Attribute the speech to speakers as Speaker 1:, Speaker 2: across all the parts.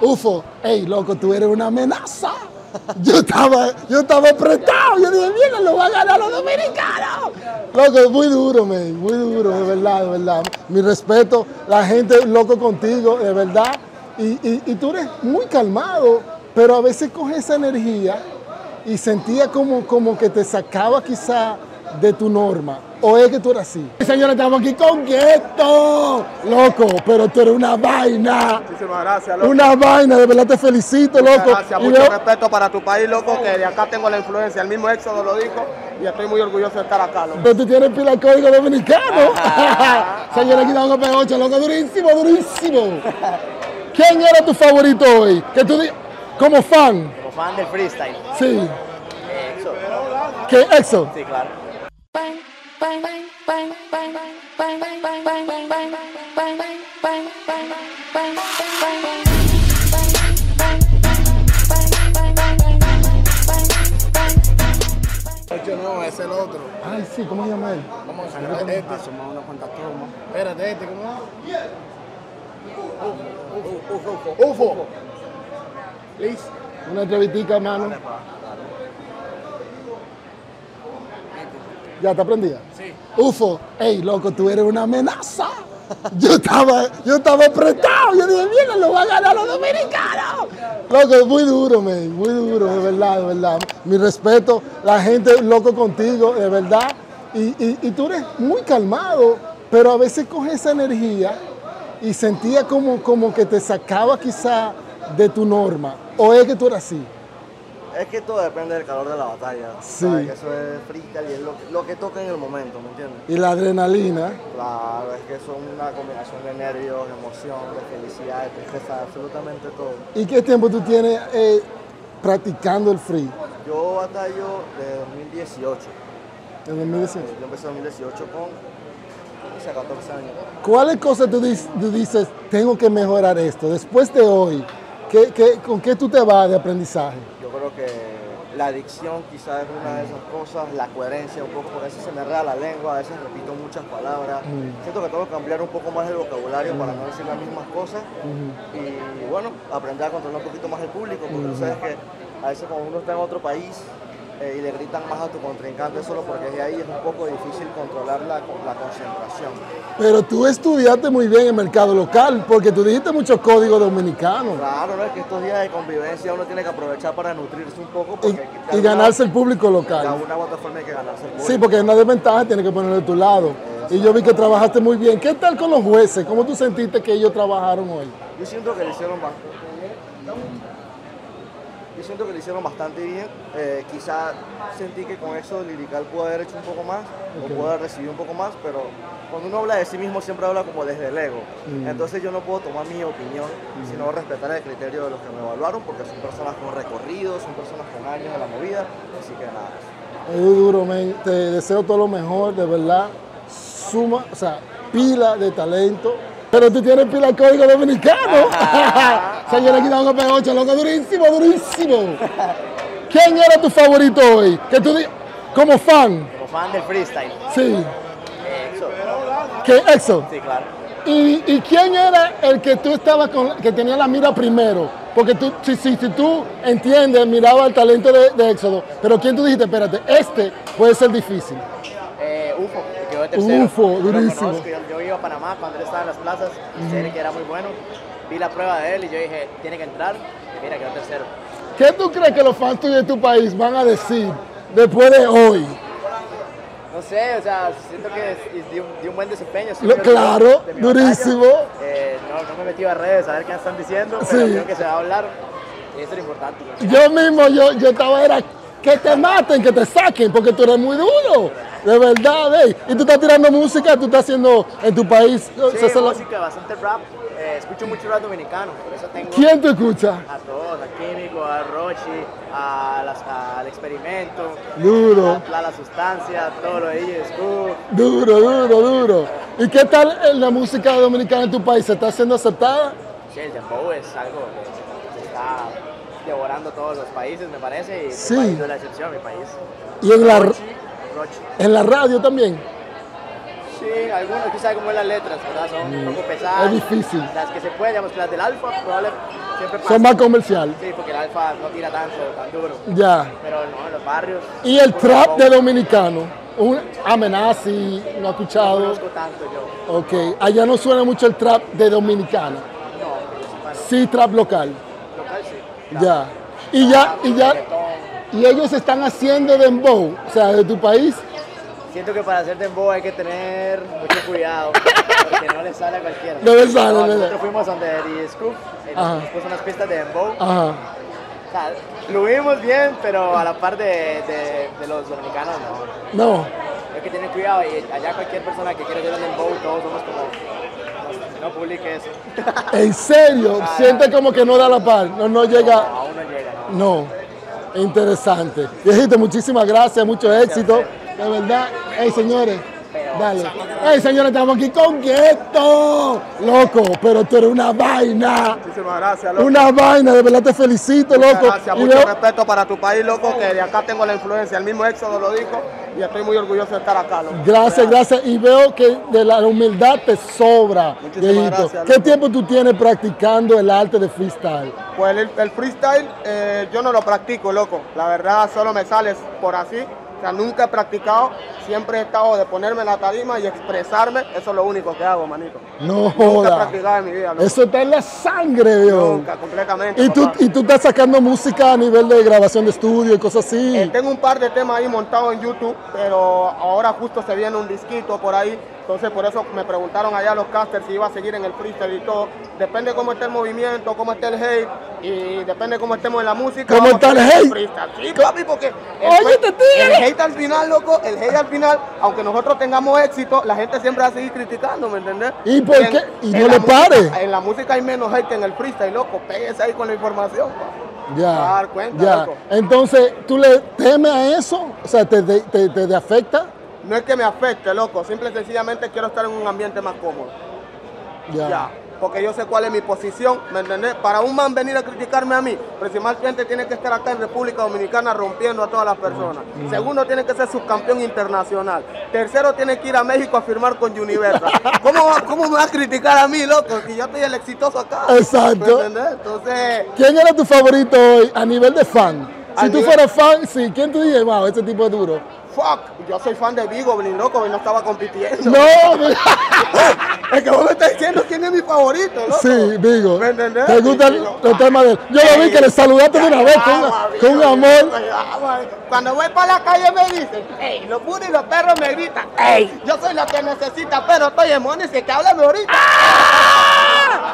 Speaker 1: UFO, hey loco, tú eres una amenaza. Yo estaba, yo estaba apretado, yo dije, mira, lo van a ganar los dominicanos. Loco, es muy duro, man, muy duro, de verdad, de verdad. Mi respeto, la gente loco contigo, de verdad. Y, y- y tú eres muy calmado, pero a veces coges esa energía y sentía como, como que te sacaba quizá de tu norma. O es que tú eras así. Señores, estamos aquí con Gueto, loco, pero tú eres una vaina.
Speaker 2: Muchísimas gracias, loco.
Speaker 1: Una vaina, de verdad te felicito,
Speaker 2: Muchas
Speaker 1: loco.
Speaker 2: gracias,
Speaker 1: Y
Speaker 2: mucho
Speaker 1: veo-
Speaker 2: respeto para tu país, loco, que de acá tengo la influencia. El mismo Éxodo lo dijo y estoy muy orgulloso de estar acá, loco.
Speaker 1: Pero tú tienes pila de código dominicano. Señores, aquí estamos con P8, loco, durísimo, durísimo. ¿Quién era tu favorito hoy? Que tú di- como fan,
Speaker 3: Como fan del freestyle.
Speaker 1: sí.
Speaker 3: Eso.
Speaker 1: ¿Qué? Exo.
Speaker 3: Sí, claro.
Speaker 4: bang bang bang bang bang bang bang bang bang bang bang bang bang bang bang bang bang bang bang
Speaker 5: no, es el otro.
Speaker 1: Ay, sí, ¿cómo se llama él?
Speaker 5: ¿Cómo se llama? Este. Espérate, este, ¿cómo es?
Speaker 1: UFO.
Speaker 5: Liz.
Speaker 1: Una entrevistica, hermano. ¿Ya te aprendida? Sí. Ufo, hey, loco, tú eres una amenaza. Yo estaba, yo estaba apretado. Yo dije, mira, lo van a ganar los dominicanos. Loco, es muy duro, man, muy duro, de verdad, de verdad. Mi respeto, la gente loco contigo, de verdad. Y, y- y tú eres muy calmado, pero a veces coges esa energía y sentía como, como que te sacaba quizá de tu norma. O es que tú eras así.
Speaker 3: Es que todo depende del calor de la batalla.
Speaker 1: Sí.
Speaker 3: ¿sabes? Que Eso es freestyle y es lo, lo que toca en el momento, ¿me entiendes?
Speaker 1: Y la adrenalina.
Speaker 3: Claro, es que eso es una combinación de nervios, de emoción, de felicidad, de tristeza, absolutamente todo.
Speaker 1: ¿Y qué tiempo tú tienes eh, practicando el free?
Speaker 3: Yo batallo de 2018.
Speaker 1: En 2019.
Speaker 3: Yo empecé en 2018 con 15 14 años.
Speaker 1: ¿Cuáles cosas tú, dis- tú dices, tengo que mejorar esto? Después de hoy, ¿qué, qué- con qué tú te vas de aprendizaje?
Speaker 3: Yo creo que la adicción quizás es una de esas cosas, la coherencia un poco, porque a veces se me enreda la lengua, a veces repito muchas palabras. Siento que tengo que cambiar un poco más el vocabulario para no decir las mismas cosas y bueno, aprender a controlar un poquito más el público, porque tú sabes que a veces cuando uno está en otro país eh, y le gritan más a tu contrincante solo porque de ahí es un poco difícil controlar la, la concentración.
Speaker 1: Pero tú estudiaste muy bien el mercado local porque tú dijiste muchos códigos dominicanos
Speaker 3: Claro, ¿no? es que estos días de convivencia uno tiene que aprovechar para nutrirse un poco porque de
Speaker 1: y, y
Speaker 3: alguna-
Speaker 1: ganarse el público
Speaker 3: de alguna
Speaker 1: local.
Speaker 3: u otra forma hay que ganarse el público.
Speaker 1: Sí, porque es una desventaja, tienes que ponerlo de tu lado. Y yo vi que trabajaste muy bien. ¿Qué tal con los jueces? ¿Cómo tú sentiste que ellos trabajaron hoy?
Speaker 3: Yo siento que le hicieron bastante. Yo siento que le hicieron bastante bien. Eh, quizá sentí que con eso Lirical pudo haber hecho un poco más o pudo haber recibido un poco más, pero cuando uno habla de sí mismo siempre habla como desde el ego. Entonces yo no puedo tomar mi opinión, sino respetar el criterio de los que me evaluaron, porque son personas con recorrido, son personas con años de la movida, así que nada.
Speaker 1: Es duro, men. Te deseo todo lo mejor, de verdad. Suma, o sea, pila de talento. Pero tú tienes pila de código dominicano. Señores, aquí estamos con P8, loco, durísimo, durísimo. ¿Quién era tu favorito hoy? Que tú di- como fan,
Speaker 3: Como fan del freestyle.
Speaker 1: sí,
Speaker 3: Eso.
Speaker 1: que EXO.
Speaker 3: Sí, claro.
Speaker 1: ¿Y, y quién era el que tú estabas con, que tenía la mira primero? Porque tú, si, si, si tú entiendes, miraba el talento de, de Éxodo, pero ¿quién tú dijiste, espérate, este puede ser difícil?
Speaker 3: Eh, UFO, que quedó de tercero.
Speaker 1: Ufo,
Speaker 3: Yo lo
Speaker 1: durísimo.
Speaker 3: conozco, yo, yo iba a Panamá cuando él estaba en las plazas, y sé que era muy bueno. Vi la prueba de él y yo dije, tiene que entrar. Y mira, quedó tercero.
Speaker 1: ¿Qué tú crees que los fans tuyos de tu país van a decir después de hoy?
Speaker 3: No sé, o sea, siento que es- es- di, un, di un buen desempeño. sí,
Speaker 1: Lo-
Speaker 3: pero
Speaker 1: claro,
Speaker 3: de mi batalla.
Speaker 1: durísimo.
Speaker 3: Eh, no, no me he metido a redes a ver qué están diciendo, pero
Speaker 1: Sí.
Speaker 3: creo que se va a hablar. Y eso es lo importante.
Speaker 1: Yo mismo, yo, yo estaba era que te maten, que te saquen, porque tú eres muy duro. De verdad, ey. Y tú estás tirando música, tú estás haciendo en tu país. o sea,
Speaker 3: Sí,
Speaker 1: se lo-
Speaker 3: música, bastante rap. Eh, escucho mucho rap dominicano, por eso tengo...
Speaker 1: ¿Quién te escucha?
Speaker 3: A todos, a Químico, a Rochi, a las- al experimento,
Speaker 1: Duro.
Speaker 3: a la, la sustancia, todo lo de ellos,
Speaker 1: Duro, duro, duro. ¿Y qué tal eh, la música dominicana en tu país? ¿Se está siendo aceptada?
Speaker 3: el dembow es algo que se está devorando todos los países, me parece, y mi
Speaker 1: Sí.
Speaker 3: país no es la excepción, mi país.
Speaker 1: Y en la,
Speaker 3: Rochi, Rochi.
Speaker 1: en la radio también.
Speaker 3: Sí, algunos, tú sabes cómo son las letras, ¿verdad? Son un poco pesadas.
Speaker 1: Mm. es difícil.
Speaker 3: Las que se pueden, digamos que las del alfa, probablemente
Speaker 6: siempre pasa.
Speaker 1: Son más comercial.
Speaker 6: Sí, porque el alfa no tira tanto, tan duro.
Speaker 1: Ya.
Speaker 6: Pero no, en los barrios.
Speaker 1: Y el
Speaker 3: pues,
Speaker 1: trap de dominicano. Un amenaza y no ha
Speaker 6: No
Speaker 1: escuchado.
Speaker 6: conozco tanto yo.
Speaker 1: Ok. Allá no suena mucho el trap de dominicano.
Speaker 6: No, pero sí, para
Speaker 1: Sí, trap local.
Speaker 6: local sí.
Speaker 1: Ya. Y ya, y ya. Y ellos están haciendo dembow. O sea, de tu país.
Speaker 6: Siento que para hacer dembow hay que tener mucho cuidado, porque no le sale a cualquiera.
Speaker 1: No le sale, no le-
Speaker 6: Nosotros fuimos donde The Scoop, y
Speaker 1: Ajá. Ah.
Speaker 6: nos puso unas pistas de dembow.
Speaker 1: Ajá.
Speaker 6: O sea, lo vimos bien, pero a la par de, de- de los dominicanos, no.
Speaker 1: No.
Speaker 6: Hay que tener cuidado, y allá cualquier persona que quiera hacer un dembow, todos somos como, no, no publique eso.
Speaker 1: En serio. Siente como que no da la par. No, no llega.
Speaker 6: Aún no llega, ¿no?
Speaker 1: No, interesante. Viejito, muchísimas gracias, mucho éxito. De verdad, hey señores, dale. Hey señores, estamos aquí con Gueto. Loco, pero tú eres una vaina.
Speaker 3: Muchísimas gracias, loco.
Speaker 1: Una vaina, de verdad te felicito,
Speaker 3: Muchas
Speaker 1: loco.
Speaker 3: gracias,
Speaker 1: Y
Speaker 3: mucho
Speaker 1: veo-
Speaker 3: respeto para tu país, loco, que de acá tengo la influencia. El mismo Éxodo lo dijo y estoy muy orgulloso de estar acá, loco.
Speaker 1: Gracias, gracias. Y veo que de la humildad te sobra,
Speaker 3: Muchísimas
Speaker 1: viejito.
Speaker 3: gracias,
Speaker 1: ¿Qué
Speaker 3: loco.
Speaker 1: tiempo tú tienes practicando el arte de freestyle?
Speaker 3: Pues el, el freestyle eh, yo no lo practico, loco. La verdad, solo me sales por así. O sea, nunca he practicado. Siempre he estado de ponerme en la tarima y expresarme. Eso es lo único que hago, manito.
Speaker 1: No
Speaker 3: Nunca he
Speaker 1: joda.
Speaker 3: practicado en mi vida, loco.
Speaker 1: Eso está en la sangre, viejo.
Speaker 3: Nunca, completamente.
Speaker 1: Y tú,
Speaker 3: papá.
Speaker 1: y tú estás sacando música a nivel de grabación de estudio y cosas así.
Speaker 3: Eh, tengo un par de temas ahí montados en YouTube, pero ahora justo se viene un disquito por ahí. Entonces por eso me preguntaron allá los casters si iba a seguir en el freestyle y todo. Depende cómo esté el movimiento, cómo esté el hate y depende cómo estemos en la música.
Speaker 1: ¿Cómo
Speaker 3: vamos
Speaker 1: está
Speaker 3: a
Speaker 1: el
Speaker 3: seguir
Speaker 1: hate?
Speaker 3: freestyle. Sí, papi, porque el,
Speaker 1: Oye,
Speaker 3: fre-
Speaker 1: este tigre.
Speaker 3: el hate al final, loco, el hate al final, aunque nosotros tengamos éxito, la gente siempre va a seguir criticando, ¿me entendés?
Speaker 1: ¿Y por
Speaker 3: en-
Speaker 1: qué? Y
Speaker 3: en
Speaker 1: no
Speaker 3: la
Speaker 1: le
Speaker 3: música-
Speaker 1: pare.
Speaker 3: En la música hay menos hate que en el freestyle, loco. Pégese ahí con la información. pa.
Speaker 1: Ya.
Speaker 3: Va a dar ah, cuenta,
Speaker 1: ya.
Speaker 3: loco.
Speaker 1: Entonces, ¿tú le temes a eso? O sea, ¿te, te, te- te- te afecta?
Speaker 3: No es que me afecte, loco. Simple y sencillamente quiero estar en un ambiente más cómodo.
Speaker 1: Ya.
Speaker 3: Ya. Porque yo sé cuál es mi posición, ¿me entendés? Para un man venir a criticarme a mí, principalmente tiene que estar acá en República Dominicana rompiendo a todas las personas.
Speaker 1: Mm,
Speaker 3: Segundo, tiene que ser subcampeón internacional. Tercero, tiene que ir a México a firmar con Universal. ¿Cómo, va- cómo me va a criticar a mí, loco? Si yo estoy el exitoso acá.
Speaker 1: Exacto.
Speaker 3: ¿Me entendés? Entonces,
Speaker 1: ¿Quién era tu favorito hoy a nivel de fan? Si
Speaker 3: A
Speaker 1: tú
Speaker 3: nivel-
Speaker 1: fueras fan, sí, ¿quién tú dices, wow, ese tipo es duro?
Speaker 3: fuck, yo soy fan de Vigo, ni loco, y no estaba compitiendo.
Speaker 1: No, me-
Speaker 3: Es que vos me estás diciendo quién es mi favorito, loco.
Speaker 1: sí, digo.
Speaker 3: ¿Me entendés?
Speaker 1: ¿Te gustan
Speaker 3: Y digo,
Speaker 1: los temas de él? Yo lo vi que le saludaste de una vez con, una- con un amor.
Speaker 3: Cuando voy para la calle me dicen, hey, los burros y los perros me gritan, hey, yo soy lo que necesita, pero estoy en Moni, que háblame ahorita.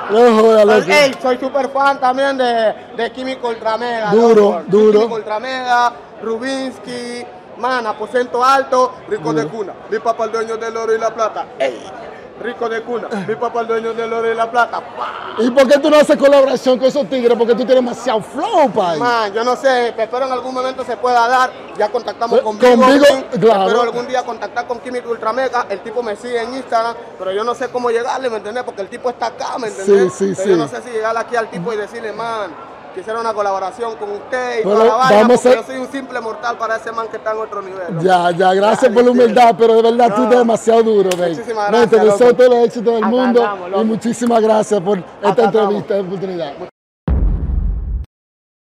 Speaker 1: No jodas, loco.
Speaker 3: Ey, soy super fan también de, de Químico Ultramega.
Speaker 1: Duro,
Speaker 3: loco.
Speaker 1: duro.
Speaker 3: Químico Ultramega, Rubinsky, Man, Aposento Alto, Rico de Cuna. Mi papá el dueño del oro y la plata. Ey, Rico de Cuna, mi papá el dueño del oro y la plata. Pa.
Speaker 1: ¿Y por qué tú no haces colaboración con esos tigres? Porque tú tienes demasiado flow, pai.
Speaker 3: Man, yo no sé, espero en algún momento se pueda dar. Ya contactamos
Speaker 1: Eh,
Speaker 3: con
Speaker 1: con
Speaker 3: Vigo.
Speaker 1: Vigo,
Speaker 3: Green.
Speaker 1: claro.
Speaker 3: Espero algún día contactar con Químico Ultramega. El tipo me sigue en Instagram, pero yo no sé cómo llegarle, ¿me entendés? Porque el tipo está acá, ¿me entendés?
Speaker 1: Sí, sí,
Speaker 3: Pero
Speaker 1: sí.
Speaker 3: Yo no sé si llegarle aquí al tipo y decirle, man, quisiera una colaboración con usted y
Speaker 1: Pero
Speaker 3: toda la vaina,
Speaker 1: vamos a-
Speaker 3: porque yo soy un simple mortal para ese man que está en otro nivel. ¿no?
Speaker 1: Ya, ya, gracias por
Speaker 3: Ya,
Speaker 1: la
Speaker 3: listo.
Speaker 1: humildad, pero de verdad tú
Speaker 3: No.
Speaker 1: eres demasiado duro, baby.
Speaker 3: Muchísimas
Speaker 1: No, te
Speaker 3: gracias,
Speaker 1: deseo
Speaker 3: loco.
Speaker 1: todo el éxito del
Speaker 3: Acá
Speaker 1: mundo
Speaker 3: andamos, loco.
Speaker 1: y muchísimas gracias por esta
Speaker 3: Acá andamos.
Speaker 1: entrevista, esta oportunidad.